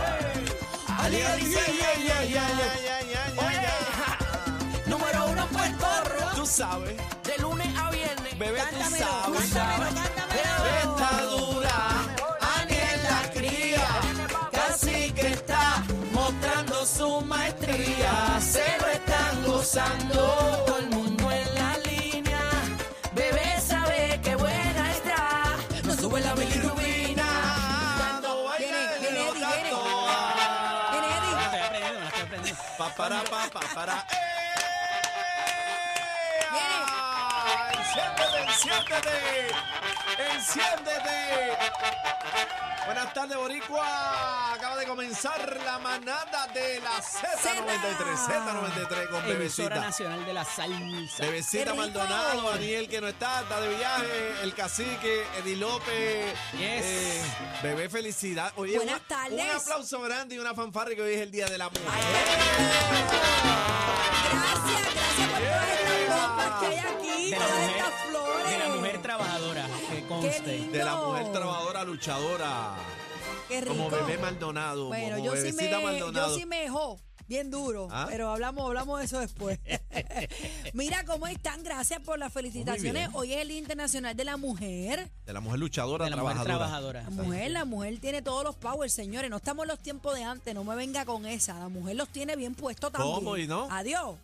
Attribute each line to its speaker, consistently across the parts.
Speaker 1: Eh,
Speaker 2: Eh. a legalizar. Oye, número uno en Puerto Rico,
Speaker 3: Tú sabes,
Speaker 2: de lunes a viernes.
Speaker 3: bebé, tú
Speaker 1: Cántamelo,
Speaker 3: sabes.
Speaker 1: cántamelo, cántamelo.
Speaker 3: Está dura, Aniel la cría, casi que está mostrando su maestría. Se lo están gozando.
Speaker 2: Todo el mundo en la línea. Bebé sabe que buena está. No sube la bilirrubina.
Speaker 3: Cuando baila
Speaker 1: Viene,
Speaker 3: le
Speaker 1: viene Eddie,
Speaker 3: bota
Speaker 1: viene.
Speaker 3: toa.
Speaker 1: Viene, Eddie.
Speaker 4: estoy aprendiendo, me la estoy aprendiendo.
Speaker 3: Pa, para, pa, pa, para.
Speaker 1: Viene.
Speaker 3: ¡Ea! Enciéndete, enciéndete. Enciéndete. Buenas tardes, Boricua. Acaba de comenzar la manada de la Z93. Z93 con
Speaker 4: Emisora
Speaker 3: Bebecita.
Speaker 4: Nacional de la Salsa.
Speaker 1: Qué
Speaker 3: Bebecita
Speaker 1: rico.
Speaker 3: Maldonado, Daniel que no está, está de viaje, el cacique, Eddie López. Eh,
Speaker 4: Yes.
Speaker 3: bebé, felicidad. Oye,
Speaker 1: Buenas
Speaker 3: una-
Speaker 1: tardes.
Speaker 3: Un aplauso grande y una fanfarra que hoy es el Día de la Mujer.
Speaker 1: Gracias, gracias por todas estas bombas que hay
Speaker 4: De
Speaker 1: aquí,
Speaker 4: la
Speaker 1: todas
Speaker 4: mujer-
Speaker 1: estas flores.
Speaker 4: De la mujer trabajadora, que conste.
Speaker 1: lindo.
Speaker 3: De la mujer trabajadora, luchadora.
Speaker 1: Qué rico.
Speaker 3: Como bebé Maldonado.
Speaker 1: Bueno,
Speaker 3: como
Speaker 1: yo sí, me,
Speaker 3: bebecita Maldonado.
Speaker 1: yo sí me dejó bien duro,
Speaker 3: ¿Ah?
Speaker 1: pero hablamos, hablamos de eso después. Mira cómo están, gracias por las felicitaciones.
Speaker 3: bien.
Speaker 1: Hoy es el Día Internacional de la Mujer.
Speaker 3: De la mujer luchadora,
Speaker 4: De la mujer
Speaker 3: trabajadora.
Speaker 4: trabajadora.
Speaker 1: La mujer, la mujer tiene todos los powers, señores. No estamos en los tiempos de antes, no me venga con esa. La mujer los tiene bien puestos también.
Speaker 3: ¿Cómo y no?
Speaker 1: Adiós.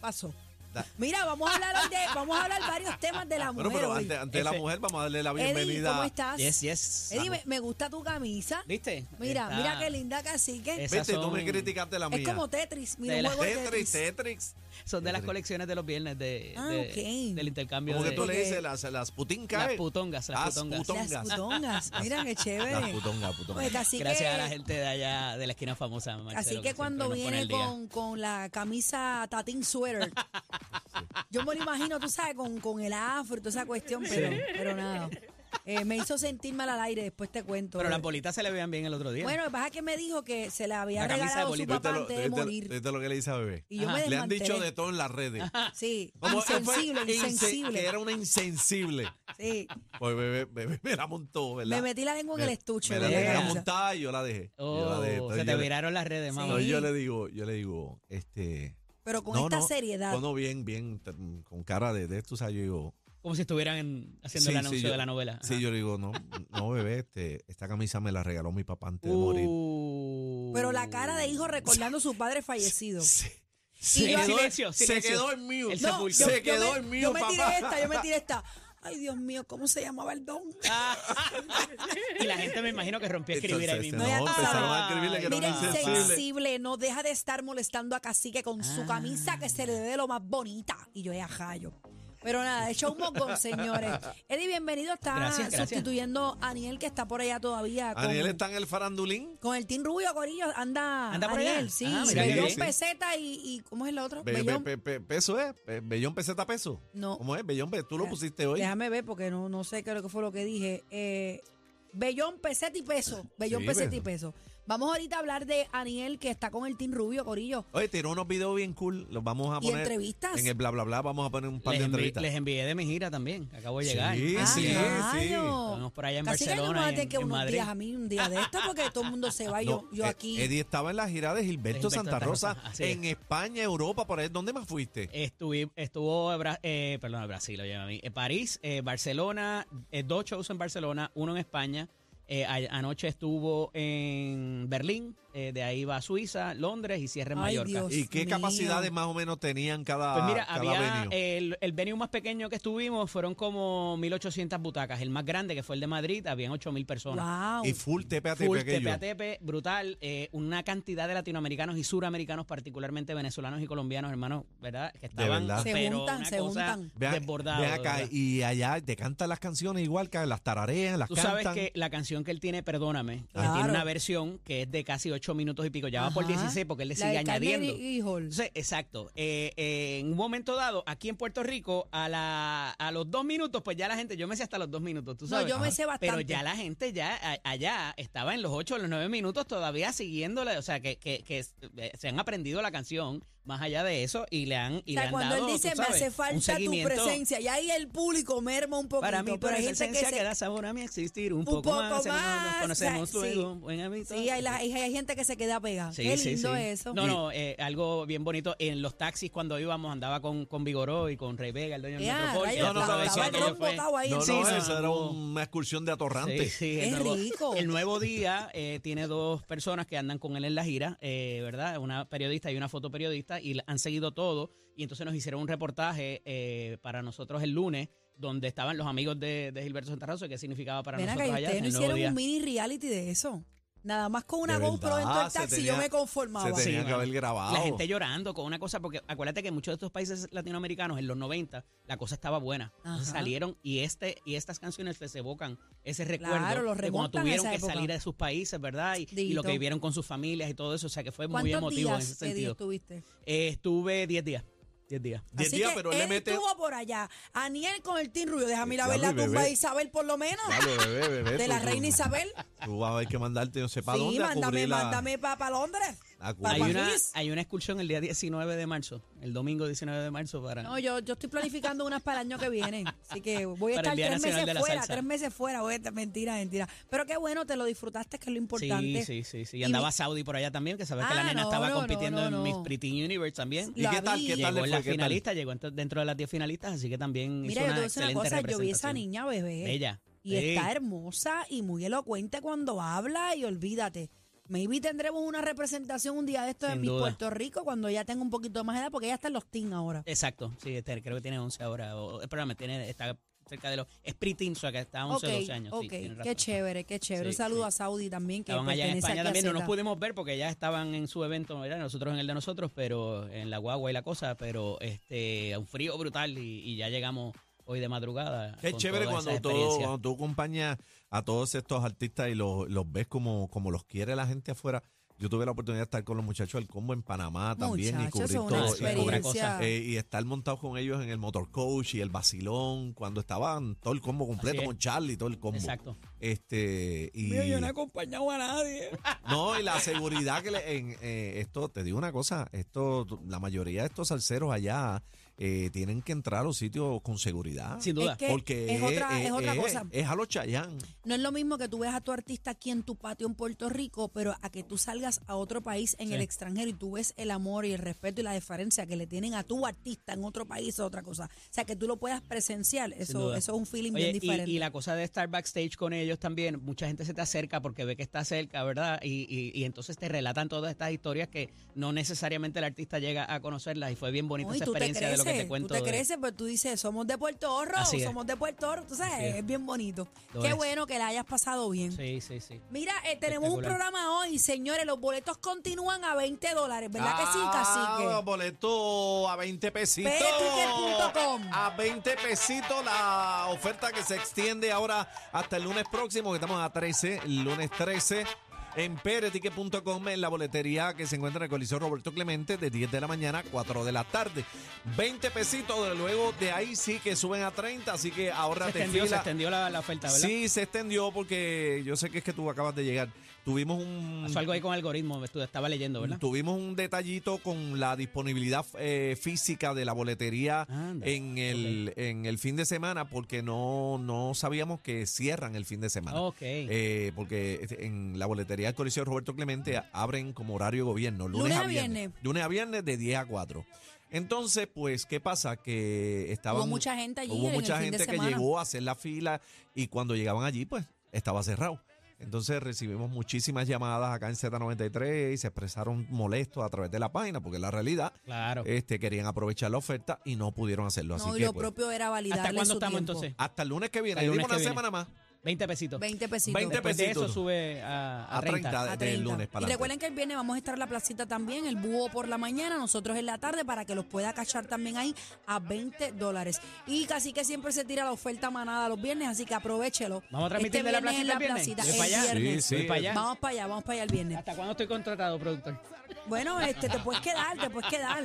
Speaker 1: Pasó.
Speaker 3: Da-
Speaker 1: Mira, vamos a hablar hoy de, vamos a hablar varios temas de la mujer.
Speaker 3: Bueno, pero
Speaker 1: hoy.
Speaker 3: antes, antes de la
Speaker 4: Ese-
Speaker 3: mujer, vamos a darle la
Speaker 1: Eddie,
Speaker 3: bienvenida.
Speaker 1: ¿cómo estás?
Speaker 4: Yes, yes.
Speaker 1: Eddie, me, me gusta tu camisa.
Speaker 4: ¿Viste?
Speaker 1: Eh, Mira,
Speaker 4: Está-
Speaker 1: mira qué linda cacique.
Speaker 4: Es-
Speaker 1: Es,
Speaker 4: Esas
Speaker 3: Vete, no me
Speaker 4: son-
Speaker 3: criticaste la mía.
Speaker 1: como Tetris, mira
Speaker 4: De
Speaker 1: un
Speaker 4: la-
Speaker 1: juego de
Speaker 3: Tetris,
Speaker 1: Tetris.
Speaker 3: Tetris.
Speaker 4: Son de las colecciones de los viernes de,
Speaker 1: Ah,
Speaker 4: de-
Speaker 1: ok.
Speaker 4: del intercambio
Speaker 3: Como
Speaker 4: de
Speaker 3: que tú le
Speaker 1: Porque-
Speaker 3: dices las, las putingas.
Speaker 4: las
Speaker 3: eh.
Speaker 4: putongas,
Speaker 1: ah,
Speaker 4: las,
Speaker 3: Las
Speaker 4: putongas.
Speaker 3: putongas.
Speaker 1: Las putongas. Mira qué chévere.
Speaker 3: Las putongas, putongas.
Speaker 1: Pues, cacique-
Speaker 4: Gracias a la gente de allá de la esquina famosa. Marcelo,
Speaker 1: Así que
Speaker 4: siempre
Speaker 1: cuando
Speaker 4: nos pone
Speaker 1: viene
Speaker 4: al día.
Speaker 1: con, con la camisa tatín sweater, yo me lo imagino, tú sabes, con, con el afro y toda esa cuestión, pero, pero nada. Eh, me hizo sentir mal al aire, después te cuento.
Speaker 4: Pero las bolitas se le veían bien el otro día.
Speaker 1: bueno, lo que pasa es que me dijo que se la había
Speaker 4: La camisa de
Speaker 1: regalado su
Speaker 4: bolita.
Speaker 3: ¿Viste lo,
Speaker 1: papá antes de
Speaker 3: viste lo-
Speaker 1: morir.
Speaker 3: viste lo que le dice a bebé?
Speaker 1: Y yo me
Speaker 3: Le han
Speaker 1: desmantelé.
Speaker 3: dicho de todo en las redes.
Speaker 1: Sí,
Speaker 3: Como- eh, fue
Speaker 1: insensible,
Speaker 3: insen- Que
Speaker 1: insensible.
Speaker 3: era una insensible.
Speaker 1: Sí.
Speaker 3: Pues bebé, bebé me la montó, ¿verdad?
Speaker 1: Me metí la lengua en el
Speaker 3: Me-
Speaker 1: estuche.
Speaker 3: Me la
Speaker 1: de la
Speaker 3: dejé
Speaker 1: camisa.
Speaker 3: montada y yo la dejé. Yo la
Speaker 4: Oh,
Speaker 3: dejé. Entonces
Speaker 4: se
Speaker 3: yo
Speaker 4: te
Speaker 3: le-
Speaker 4: viraron las redes, mamá.
Speaker 3: No,
Speaker 1: Sí.
Speaker 3: yo le digo, yo le digo, este.
Speaker 1: Pero con
Speaker 3: no,
Speaker 1: esta
Speaker 3: no,
Speaker 1: seriedad.
Speaker 3: Bueno, bien, bien, t- con cara de, de esto, o sea, yo digo.
Speaker 4: Como si estuvieran en- haciendo
Speaker 3: sí,
Speaker 4: el
Speaker 3: sí,
Speaker 4: anuncio
Speaker 3: yo-
Speaker 4: de la novela. Ajá.
Speaker 3: Sí, yo le digo, no, no, bebé, este, esta camisa me la regaló mi papá antes de morir.
Speaker 4: Uh.
Speaker 1: Pero la cara de hijo recordando a su padre fallecido.
Speaker 3: Se,
Speaker 1: Y yo-
Speaker 4: silencio,
Speaker 3: se
Speaker 4: silencio.
Speaker 3: quedó en mío.
Speaker 4: El
Speaker 1: No,
Speaker 4: sepulcro.
Speaker 1: yo,
Speaker 3: se
Speaker 1: yo
Speaker 3: quedó
Speaker 1: me,
Speaker 3: en mío,
Speaker 1: yo me
Speaker 3: papá.
Speaker 1: tiré esta, yo me tiré esta. Ay, Dios mío, ¿cómo se llamaba el don?
Speaker 4: Y la gente me imagino que rompió a escribir ahí
Speaker 3: Entonces, este, no,
Speaker 4: mismo.
Speaker 1: No, ah, ya
Speaker 3: empezaron
Speaker 1: saben.
Speaker 3: a escribirle que era
Speaker 1: Mira,
Speaker 4: Miren,
Speaker 3: insensible.
Speaker 1: insensible, no deja de estar molestando a Cacique con su
Speaker 4: Ah.
Speaker 1: camisa que se le ve de lo más bonita. Y yo, a jayo. Pero nada, hecho un mongón, señores. Eddie, bienvenido. Está
Speaker 4: Gracias, gracias.
Speaker 1: sustituyendo a Aniel, que está por allá todavía. Con,
Speaker 3: Daniel está en el farandulín.
Speaker 1: con el Team Rubio, Corillo. Anda,
Speaker 4: Anda por
Speaker 1: Aniel,
Speaker 4: allá.
Speaker 1: sí.
Speaker 4: Ah,
Speaker 3: mira qué
Speaker 1: Bellón
Speaker 3: bien.
Speaker 1: Peseta y, y- ¿Cómo es el otro?
Speaker 3: Be-
Speaker 1: Bellón-
Speaker 3: be- be- peso es, Be- bellón peseta peso.
Speaker 1: No.
Speaker 3: ¿Cómo es? Bellón, pe- tú lo
Speaker 1: Espera,
Speaker 3: pusiste hoy.
Speaker 1: Déjame ver porque no, no sé qué lo que fue lo que dije. Eh, Bellón, peseta y peso. Bellón,
Speaker 3: Sí,
Speaker 1: peseta
Speaker 3: pero-
Speaker 1: y peso. Vamos ahorita a hablar de Aniel que está con el Team Rubio, Corillo.
Speaker 3: Oye, tiró unos videos bien cool. Los vamos a
Speaker 1: ¿Y
Speaker 3: poner.
Speaker 1: entrevistas?
Speaker 3: En el bla bla bla vamos a poner un par
Speaker 4: Les,
Speaker 3: de
Speaker 4: envi-
Speaker 3: entrevistas.
Speaker 4: les envié de mi gira también. Acabo de
Speaker 3: Sí,
Speaker 4: llegar.
Speaker 1: Ah,
Speaker 3: sí, sí.
Speaker 4: Vamos por allá en
Speaker 1: Casi que no me
Speaker 4: Barcelona
Speaker 1: va a
Speaker 4: y
Speaker 1: tener
Speaker 4: en-
Speaker 1: que
Speaker 4: en
Speaker 1: unos
Speaker 4: Madrid.
Speaker 1: días a mí, un día de esto, porque todo el mundo se va. y Ah, yo,
Speaker 3: No,
Speaker 1: yo
Speaker 3: eh,
Speaker 1: aquí.
Speaker 3: Eddie estaba en la gira de Gilberto,
Speaker 4: Gilberto
Speaker 3: Santa
Speaker 4: Santa
Speaker 3: Rosa,
Speaker 4: Rosa, así
Speaker 3: en España, Europa, por ahí. ¿Dónde más
Speaker 1: Eh,
Speaker 3: fuiste?
Speaker 4: Estuvi- estuvo, Bra- eh, perdón, Brasil, oye, a mí. Eh, París, eh, Barcelona, eh, dos shows en Barcelona, uno en España. Eh, a- anoche estuvo en Berlín, eh, de ahí va a Suiza, Londres y cierre en
Speaker 1: Ay,
Speaker 4: Mallorca.
Speaker 1: Dios.
Speaker 3: ¿Y qué
Speaker 1: mío.
Speaker 3: capacidades más o menos tenían cada,
Speaker 4: Pues mira,
Speaker 3: Ah, cada
Speaker 4: había
Speaker 3: venue?
Speaker 4: el, el venue más pequeño que estuvimos fueron como 1800 butacas. El más grande que fue el de Madrid, habían 8000 personas.
Speaker 1: wow.
Speaker 3: y full TPAT
Speaker 4: Full
Speaker 3: aquello.
Speaker 4: tepe brutal. eh, una cantidad de latinoamericanos y suramericanos, particularmente venezolanos y colombianos, hermanos, ¿verdad? Que estaban
Speaker 3: verdad.
Speaker 1: Se
Speaker 4: pero
Speaker 1: juntan,
Speaker 4: una
Speaker 1: se
Speaker 4: cosa
Speaker 1: juntan.
Speaker 3: Ve a-
Speaker 4: desbordada,
Speaker 3: ve acá,
Speaker 4: ¿verdad?
Speaker 3: y allá te cantan las canciones igual que las tararean, las
Speaker 4: Tú
Speaker 3: cantan.
Speaker 4: sabes que la canción que él tiene, Perdóname, que
Speaker 1: Claro.
Speaker 4: tiene una versión que es de casi 8 minutos y pico, ya va por
Speaker 1: Ajá.
Speaker 4: 16 porque él le
Speaker 1: La
Speaker 4: sigue
Speaker 1: de Carmen
Speaker 4: añadiendo.
Speaker 1: y- y Hall.
Speaker 4: Entonces, exacto. eh, eh, en un momento dado, aquí en Puerto Rico, a, la, a los dos minutos, pues ya la gente, yo me sé hasta los dos minutos, tú
Speaker 1: No,
Speaker 4: sabes.
Speaker 1: yo me
Speaker 4: Ajá.
Speaker 1: sé bastante.
Speaker 4: Pero ya la gente ya a- allá estaba en los ocho, en los nueve minutos todavía siguiéndola, o sea, que, que, que s- eh, se han aprendido la canción más allá de eso y le han, y
Speaker 1: o sea,
Speaker 4: le han
Speaker 1: cuando
Speaker 4: dado,
Speaker 1: él
Speaker 4: tú
Speaker 1: dice, me
Speaker 4: sabes,
Speaker 1: hace
Speaker 4: un
Speaker 1: falta tu
Speaker 4: seguimiento".
Speaker 1: presencia. Y ahí el público merma un poquito.
Speaker 4: Para mí,
Speaker 1: pero
Speaker 4: por esa
Speaker 1: hay gente que
Speaker 4: esencia que,
Speaker 1: se.
Speaker 4: da sabor a mi existir, un,
Speaker 1: un
Speaker 4: poco,
Speaker 1: poco
Speaker 4: más, sé que no
Speaker 1: más,
Speaker 4: nos conocemos
Speaker 1: o sea, sí.
Speaker 4: luego, buen amigo.
Speaker 1: Sí, hay la la- hay, hay gente que se queda pegada. Qué lindo eso.
Speaker 4: No, no, eh, algo bien bonito. En los taxis cuando íbamos andaba con, con Vigoró y con Rey Vega, el dueño del
Speaker 1: Ea,
Speaker 4: Metropol.
Speaker 1: rayos,
Speaker 4: que
Speaker 1: no, no,
Speaker 4: estaba
Speaker 1: estaba
Speaker 4: diciendo
Speaker 1: el
Speaker 4: que
Speaker 1: ron
Speaker 4: fue-
Speaker 1: botado ahí.
Speaker 4: Sí,
Speaker 1: No,
Speaker 3: No,
Speaker 4: sí,
Speaker 3: no,
Speaker 4: sí.
Speaker 3: eso era una excursión de atorrante.
Speaker 4: Sí, sí,
Speaker 1: Qué
Speaker 4: el nuevo-
Speaker 1: rico.
Speaker 4: El nuevo día eh, tiene dos personas que andan con él en la gira, eh, ¿verdad? Una periodista y una fotoperiodista, y la- han seguido todo. Y entonces nos hicieron un reportaje eh, para nosotros el lunes, donde estaban los amigos de, de Gilberto Santarroso, qué significaba para
Speaker 1: Ven acá, y
Speaker 4: nosotros allá
Speaker 1: ustedes
Speaker 4: en
Speaker 1: no
Speaker 4: el nuevo
Speaker 1: hicieron
Speaker 4: día.
Speaker 1: un mini reality de eso. Nada más con una
Speaker 3: De
Speaker 1: GoPro
Speaker 3: verdad,
Speaker 1: dentro del
Speaker 3: se
Speaker 1: taxi
Speaker 3: tenía-
Speaker 1: yo me conformaba.
Speaker 3: Se
Speaker 4: Sí,
Speaker 3: tenía que
Speaker 4: mano.
Speaker 3: haber grabado.
Speaker 4: La gente llorando con una cosa, porque acuérdate que en muchos de estos países latinoamericanos, en los 90, la cosa estaba buena. Entonces
Speaker 1: Ajá.
Speaker 4: salieron y este y estas canciones les evocan ese recuerdo
Speaker 1: Claro, los
Speaker 4: de cuando
Speaker 1: remontan a
Speaker 4: tuvieron
Speaker 1: esa
Speaker 4: que
Speaker 1: época.
Speaker 4: salir de sus países, ¿verdad? Y, y lo
Speaker 1: Dito.
Speaker 4: que vivieron con sus familias y todo eso. O sea, que fue muy
Speaker 1: ¿Cuántos
Speaker 4: emotivo en ese
Speaker 1: días de Dios
Speaker 4: sentido.
Speaker 1: tuviste?
Speaker 4: Eh, estuve 10 días. 10 días.
Speaker 3: Diez
Speaker 1: Así
Speaker 3: días,
Speaker 1: que
Speaker 3: pero
Speaker 1: él
Speaker 3: le mete.
Speaker 1: estuvo por allá. Aniel con el Team Rubio. Déjame ir a ver
Speaker 3: Diablo,
Speaker 1: la
Speaker 3: y
Speaker 1: tumba
Speaker 3: bebé.
Speaker 1: de Isabel, por lo menos.
Speaker 3: Dale, bebé, bebé,
Speaker 1: De
Speaker 3: tú-
Speaker 1: la
Speaker 3: tú-
Speaker 1: reina Isabel.
Speaker 3: Tú vas a haber que mandarte, no sé para
Speaker 1: sí,
Speaker 3: dónde. a
Speaker 1: mándame,
Speaker 3: cubrir la-
Speaker 1: mándame para Londres.
Speaker 3: a
Speaker 1: Papá
Speaker 4: Hay
Speaker 3: cubrir-
Speaker 4: una,
Speaker 1: Gis.
Speaker 4: hay una excursión el día 19 de marzo, el domingo 19 de marzo para...
Speaker 1: No, yo, yo estoy planificando unas para el año que viene. Así que voy a
Speaker 4: Para
Speaker 1: estar
Speaker 4: el Día
Speaker 1: tres
Speaker 4: Nacional
Speaker 1: meses
Speaker 4: de la
Speaker 1: fuera,
Speaker 4: Salsa.
Speaker 1: tres meses fuera. Voy a estar- mentira, mentira. Pero qué bueno, te lo disfrutaste, que es
Speaker 4: sí,
Speaker 1: lo importante.
Speaker 4: sí, sí, sí. Y
Speaker 1: Y
Speaker 4: andaba
Speaker 1: mi-
Speaker 4: Saudi por allá también, que sabes que
Speaker 1: Ah,
Speaker 4: la nena
Speaker 1: no,
Speaker 4: estaba
Speaker 1: no, no,
Speaker 4: compitiendo
Speaker 1: no,
Speaker 4: en
Speaker 1: no.
Speaker 4: Miss Pretty Universe también.
Speaker 3: ¿Y
Speaker 1: La
Speaker 3: qué tal?
Speaker 1: vi.
Speaker 3: ¿Qué tal
Speaker 4: llegó
Speaker 3: le
Speaker 4: en
Speaker 3: fue?
Speaker 4: la
Speaker 3: ¿Qué tal?
Speaker 4: finalista, llegó ento- dentro de las 10 finalistas, así que también
Speaker 1: Mira,
Speaker 4: hizo
Speaker 1: yo
Speaker 4: una
Speaker 1: te voy a decir una
Speaker 4: excelente
Speaker 1: cosa. Yo vi esa
Speaker 4: representación.
Speaker 1: niña bebé.
Speaker 4: Bella.
Speaker 1: Y
Speaker 4: Sí.
Speaker 1: está hermosa y muy elocuente cuando habla y olvídate. Maybe tendremos una representación un día de esto en
Speaker 4: Sin
Speaker 1: mi
Speaker 4: duda.
Speaker 1: Puerto Rico cuando ella tenga un poquito más de edad porque ella está en los teen ahora.
Speaker 4: Exacto, sí, este, creo que tiene 11 ahora. O, espérame, tiene, está cerca de los... Es Pretty, o sea, que está 11 o 12 años. sí,
Speaker 1: ok,
Speaker 4: tienes razón.
Speaker 1: qué chévere, qué chévere.
Speaker 4: Sí,
Speaker 1: un saludo
Speaker 4: sí.
Speaker 1: a Saudi también que
Speaker 4: Estaban allá en
Speaker 1: pertenece
Speaker 4: España
Speaker 1: aquí a
Speaker 4: también, no nos
Speaker 1: Zeta.
Speaker 4: pudimos ver porque ya estaban en su evento, ¿verdad? nosotros en el de nosotros, pero en la guagua y la cosa, pero este, un frío brutal y, y ya llegamos hoy de madrugada.
Speaker 3: Qué
Speaker 4: con
Speaker 3: chévere
Speaker 4: toda
Speaker 3: cuando,
Speaker 4: esa
Speaker 3: todo,
Speaker 4: experiencia.
Speaker 3: cuando tú acompañas a todos estos artistas y los, los ves como, como los quiere la gente afuera. Yo tuve la oportunidad de estar con los muchachos del combo en Panamá también
Speaker 1: Muchachos,
Speaker 3: y
Speaker 1: eso es
Speaker 3: cubrir
Speaker 1: una
Speaker 3: todo. y cubrir-
Speaker 1: experiencia.
Speaker 3: eh, y estar montados con ellos en el motor coach y el vacilón, cuando estaban todo el combo completo
Speaker 4: Así es.
Speaker 3: con Charlie, todo el combo.
Speaker 4: Exacto.
Speaker 3: Este, y,
Speaker 1: Mira, yo no he acompañado a nadie.
Speaker 3: no, y la seguridad que le, en eh, esto, te digo una cosa, esto, la mayoría de estos salseros allá eh, tienen que entrar a los sitios con seguridad.
Speaker 4: Sin duda.
Speaker 1: Es que
Speaker 3: porque eh,
Speaker 1: es otra- es otra cosa.
Speaker 3: es a los Chayán.
Speaker 1: No es lo mismo que tú veas a tu artista aquí en tu patio en Puerto Rico, pero a que tú salgas a otro país en
Speaker 4: Sí.
Speaker 1: el extranjero y tú ves el amor y el respeto y la deferencia que le tienen a tu artista en otro país es otra cosa. O sea, que tú lo puedas presenciar, eso,
Speaker 4: duda.
Speaker 1: eso es un feeling
Speaker 4: Oye,
Speaker 1: bien
Speaker 4: y-
Speaker 1: diferente.
Speaker 4: y, la cosa de estar backstage con ellos también, mucha gente se te acerca porque ve que está cerca, ¿verdad? Y, y- y entonces te relatan todas estas historias que no necesariamente el artista llega a conocerlas y fue bien bonita
Speaker 1: No, y
Speaker 4: esa
Speaker 1: tú te
Speaker 4: experiencia
Speaker 1: creces,
Speaker 4: de lo que te cuento.
Speaker 1: tú te
Speaker 4: de-
Speaker 1: creces, pero tú dices, somos de Puerto Oro,
Speaker 4: Así es.
Speaker 1: somos de Puerto Oro, tú
Speaker 4: Así
Speaker 1: sabes,
Speaker 4: es.
Speaker 1: es bien bonito.
Speaker 4: Lo
Speaker 1: Qué
Speaker 4: es.
Speaker 1: bueno que la hayas pasado bien.
Speaker 4: Sí, sí, sí.
Speaker 1: Mira, eh, tenemos un
Speaker 4: Espectacular.
Speaker 1: programa hoy, señores, los boletos continúan a 20 dólares, ¿verdad que sí, cacique?
Speaker 3: Ah, boleto a 20 pesitos.
Speaker 1: Pérezticket.com.
Speaker 3: A 20 pesitos la oferta que se extiende ahora hasta el lunes próximo, que estamos a 13, el lunes 13. En peretique.com, en la boletería que se encuentra en el Coliseo Roberto Clemente, de 10 de la mañana a 4 de la tarde. 20 pesitos, de luego de ahí sí que suben a 30, así que
Speaker 4: Se
Speaker 3: ahora te
Speaker 4: extendió, se extendió la, la oferta, ¿verdad?
Speaker 3: Sí, se extendió porque yo sé que es que tú acabas de llegar. Tuvimos un,
Speaker 4: Pasó algo ahí con algoritmo, estu- estaba leyendo, ¿verdad?
Speaker 3: Tuvimos un detallito con la disponibilidad eh, física de la boletería
Speaker 4: Ah, Anda,
Speaker 3: en el, en el fin de semana porque no, no sabíamos que cierran el fin de semana.
Speaker 4: Ok.
Speaker 3: Eh, porque en la boletería del Coliseo Roberto Clemente abren como horario de gobierno, lunes, a viernes. Lunes a viernes de 10 a 4. Entonces, pues, ¿qué pasa? Que estaban...
Speaker 1: Hubo mucha gente allí
Speaker 3: Hubo
Speaker 1: en
Speaker 3: mucha
Speaker 1: el fin
Speaker 3: gente
Speaker 1: de
Speaker 3: que
Speaker 1: semana.
Speaker 3: llegó a hacer la fila y cuando llegaban allí, pues estaba cerrado. Entonces recibimos muchísimas llamadas acá en Z93 y se expresaron molestos a través de la página, porque la realidad,
Speaker 4: Claro.
Speaker 3: este, querían aprovechar la oferta y no pudieron hacerlo. Así
Speaker 1: No, y
Speaker 3: que
Speaker 1: lo
Speaker 3: pues,
Speaker 1: propio era validarle
Speaker 4: ¿Hasta cuándo
Speaker 1: su
Speaker 4: estamos
Speaker 1: tiempo.
Speaker 4: entonces?
Speaker 3: hasta el lunes que viene,
Speaker 4: Hasta el
Speaker 3: Le
Speaker 4: lunes
Speaker 3: dimos una
Speaker 4: que viene.
Speaker 3: semana más,
Speaker 4: 20 pesitos.
Speaker 1: 20 pesitos.
Speaker 3: 20
Speaker 4: Después de eso
Speaker 3: pesitos.
Speaker 4: sube a, a
Speaker 3: a 30,
Speaker 4: 30.
Speaker 1: A
Speaker 3: del
Speaker 1: 30.
Speaker 3: lunes para
Speaker 1: y
Speaker 3: adelante.
Speaker 1: recuerden que el viernes vamos a estar en la placita también, el búho por la mañana, nosotros en la tarde, para que los pueda cachar también ahí a 20 dólares. Y casi que siempre se tira la oferta manada los viernes, así que aprovechelo. Este
Speaker 4: Vamos a transmitir de la
Speaker 1: viernes en
Speaker 4: placita el viernes. Voy
Speaker 1: placita,
Speaker 4: para
Speaker 1: el
Speaker 4: allá.
Speaker 1: viernes.
Speaker 3: Sí,
Speaker 4: Voy
Speaker 3: sí.
Speaker 4: para allá.
Speaker 1: Vamos para allá, vamos para allá el viernes.
Speaker 4: ¿Hasta cuándo estoy contratado, productor?
Speaker 1: Bueno, este, te puedes quedar, te puedes quedar.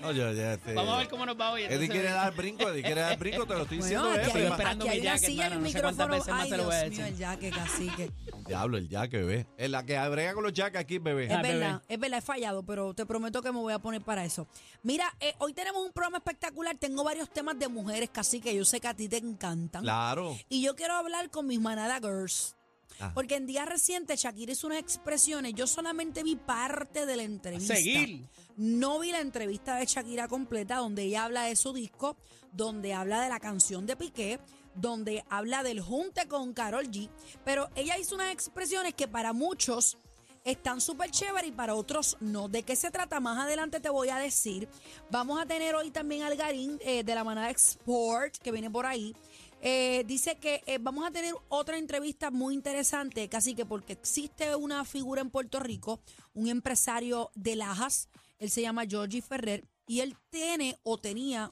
Speaker 3: No, yo ya, este,
Speaker 4: Vamos a ver cómo nos va hoy.
Speaker 3: Eddie
Speaker 4: entonces.
Speaker 3: quiere dar brinco, Eddie quiere dar brinco, te lo estoy
Speaker 1: Bueno,
Speaker 3: diciendo. eh,
Speaker 1: aquí hay,
Speaker 4: estoy
Speaker 3: prima.
Speaker 4: esperando
Speaker 1: aquí hay
Speaker 4: mi
Speaker 1: una
Speaker 4: jacket,
Speaker 1: silla y un
Speaker 4: hermano, no sé cuántas
Speaker 1: micrófono.
Speaker 4: veces más
Speaker 1: Ay,
Speaker 4: te lo voy a
Speaker 1: Dios
Speaker 4: decir.
Speaker 1: mío, el jaque, cacique.
Speaker 3: Diablo, el jack, bebé. En la que agrega con los jacks aquí, bebé.
Speaker 4: Ah,
Speaker 1: Es verdad,
Speaker 4: bebé.
Speaker 1: es verdad, he fallado, pero te prometo que me voy a poner para eso. Mira, eh, hoy tenemos un programa espectacular. Tengo varios temas de mujeres, casi que yo sé que a ti te encantan.
Speaker 3: Claro.
Speaker 1: Y yo quiero hablar con mis manada girls.
Speaker 3: Ajá.
Speaker 1: Porque en días recientes Shakira hizo unas expresiones. Yo solamente vi parte de la entrevista.
Speaker 4: Seguir.
Speaker 1: No vi la entrevista de Shakira completa donde ella habla de su disco, donde habla de la canción de Piqué, donde habla del junte con Carol G. Pero ella hizo unas expresiones que para muchos están súper chéveres y para otros no. ¿De qué se trata? Más adelante te voy a decir. Vamos a tener hoy también al Garín eh, de la manada Export que viene por ahí. Eh, dice que eh, vamos a tener otra entrevista muy interesante, casi que porque existe una figura en Puerto Rico, un empresario de Lajas, él se llama Georgie Ferrer, y él tiene o tenía,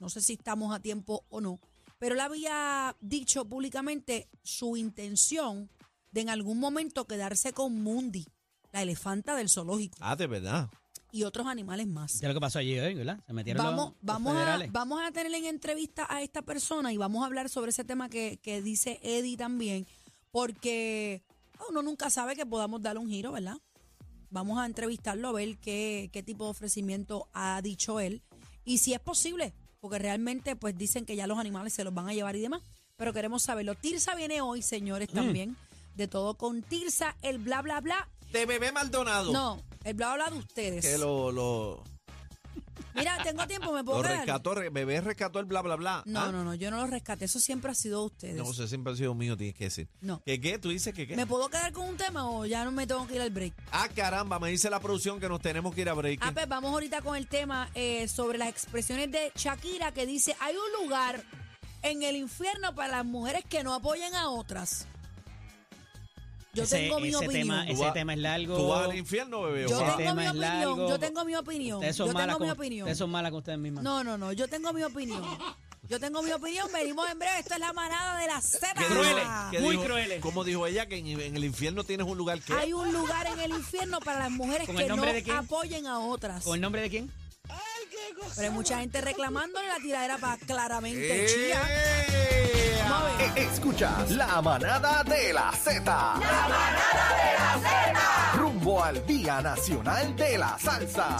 Speaker 1: no sé si estamos a tiempo o no, pero él había dicho públicamente su intención de en algún momento quedarse con Mundi, la elefanta del zoológico,
Speaker 3: Ah, de verdad.
Speaker 1: y otros animales más.
Speaker 4: Ya lo que pasó allí hoy, ¿verdad? Se metieron
Speaker 1: Vamos,
Speaker 4: los, los
Speaker 1: vamos, a,
Speaker 4: federales.
Speaker 1: vamos a tener en entrevista a esta persona y vamos a hablar sobre ese tema que, que dice Eddie también, porque uno nunca sabe que podamos darle un giro, ¿verdad? Vamos a entrevistarlo a ver qué, qué tipo de ofrecimiento ha dicho él y si es posible, porque realmente pues dicen que ya los animales se los van a llevar y demás, pero queremos saberlo. Tirsa viene hoy, señores, también, de todo con Tirsa, el bla, bla, bla.
Speaker 3: De bebé Maldonado.
Speaker 1: No, el bla, bla, bla de ustedes.
Speaker 3: Que lo, lo,
Speaker 1: Mira, tengo tiempo, me puedo
Speaker 3: lo
Speaker 1: quedar?
Speaker 3: rescató, re- bebé rescató el bla, bla, bla.
Speaker 1: No,
Speaker 3: ¿Ah?
Speaker 1: no, no, yo no lo rescaté. Eso siempre ha sido de ustedes.
Speaker 3: No,
Speaker 1: No,
Speaker 3: eso siempre ha sido mío, tienes que decir. ¿Qué qué? ¿Tú dices que qué?
Speaker 1: ¿Me puedo quedar con un tema o ya no me tengo que ir al break?
Speaker 3: Ah, caramba, me dice la producción que nos tenemos que ir a break.
Speaker 1: Ah, pues vamos ahorita con el tema eh, sobre las expresiones de Shakira que dice: hay un lugar en el infierno para las mujeres que no apoyan a otras. Yo
Speaker 4: Ese-
Speaker 1: tengo mi
Speaker 4: ese
Speaker 1: opinión.
Speaker 4: Tema, ese
Speaker 3: vas-
Speaker 4: tema es largo.
Speaker 3: ¿Tú vas al infierno, bebé? o
Speaker 1: yo
Speaker 3: vas?
Speaker 4: ese
Speaker 1: tengo
Speaker 4: tema
Speaker 1: mi
Speaker 4: es
Speaker 1: opinión.
Speaker 4: largo.
Speaker 1: Yo tengo mi opinión.
Speaker 4: Ustedes son
Speaker 1: Yo
Speaker 4: malas
Speaker 1: tengo mi
Speaker 4: con-
Speaker 1: opinión.
Speaker 4: Ustedes son malas con ustedes mismas.
Speaker 1: No, no, no. Yo tengo mi opinión. Yo tengo mi opinión. Venimos en breve. Esto es la manada de la Z.
Speaker 3: ¿Qué dijo-
Speaker 4: crueles,
Speaker 3: qué
Speaker 4: muy
Speaker 3: dijo-
Speaker 4: crueles.
Speaker 3: Como dijo ella, que en, en el infierno tienes un lugar que...
Speaker 1: Hay un lugar en el infierno para las mujeres
Speaker 4: ¿Con el
Speaker 1: que no
Speaker 4: nombre de quién?
Speaker 1: apoyen a otras.
Speaker 4: ¿Con el nombre de quién?
Speaker 1: Pero hay mucha gente reclamándole la tiradera para
Speaker 3: Eh,
Speaker 1: claramente chía.
Speaker 3: ¡Ea!
Speaker 1: Vamos a ver.
Speaker 5: Escuchas E, la manada de la Z. La manada de la Z. Rumbo al Día Nacional de la Salsa.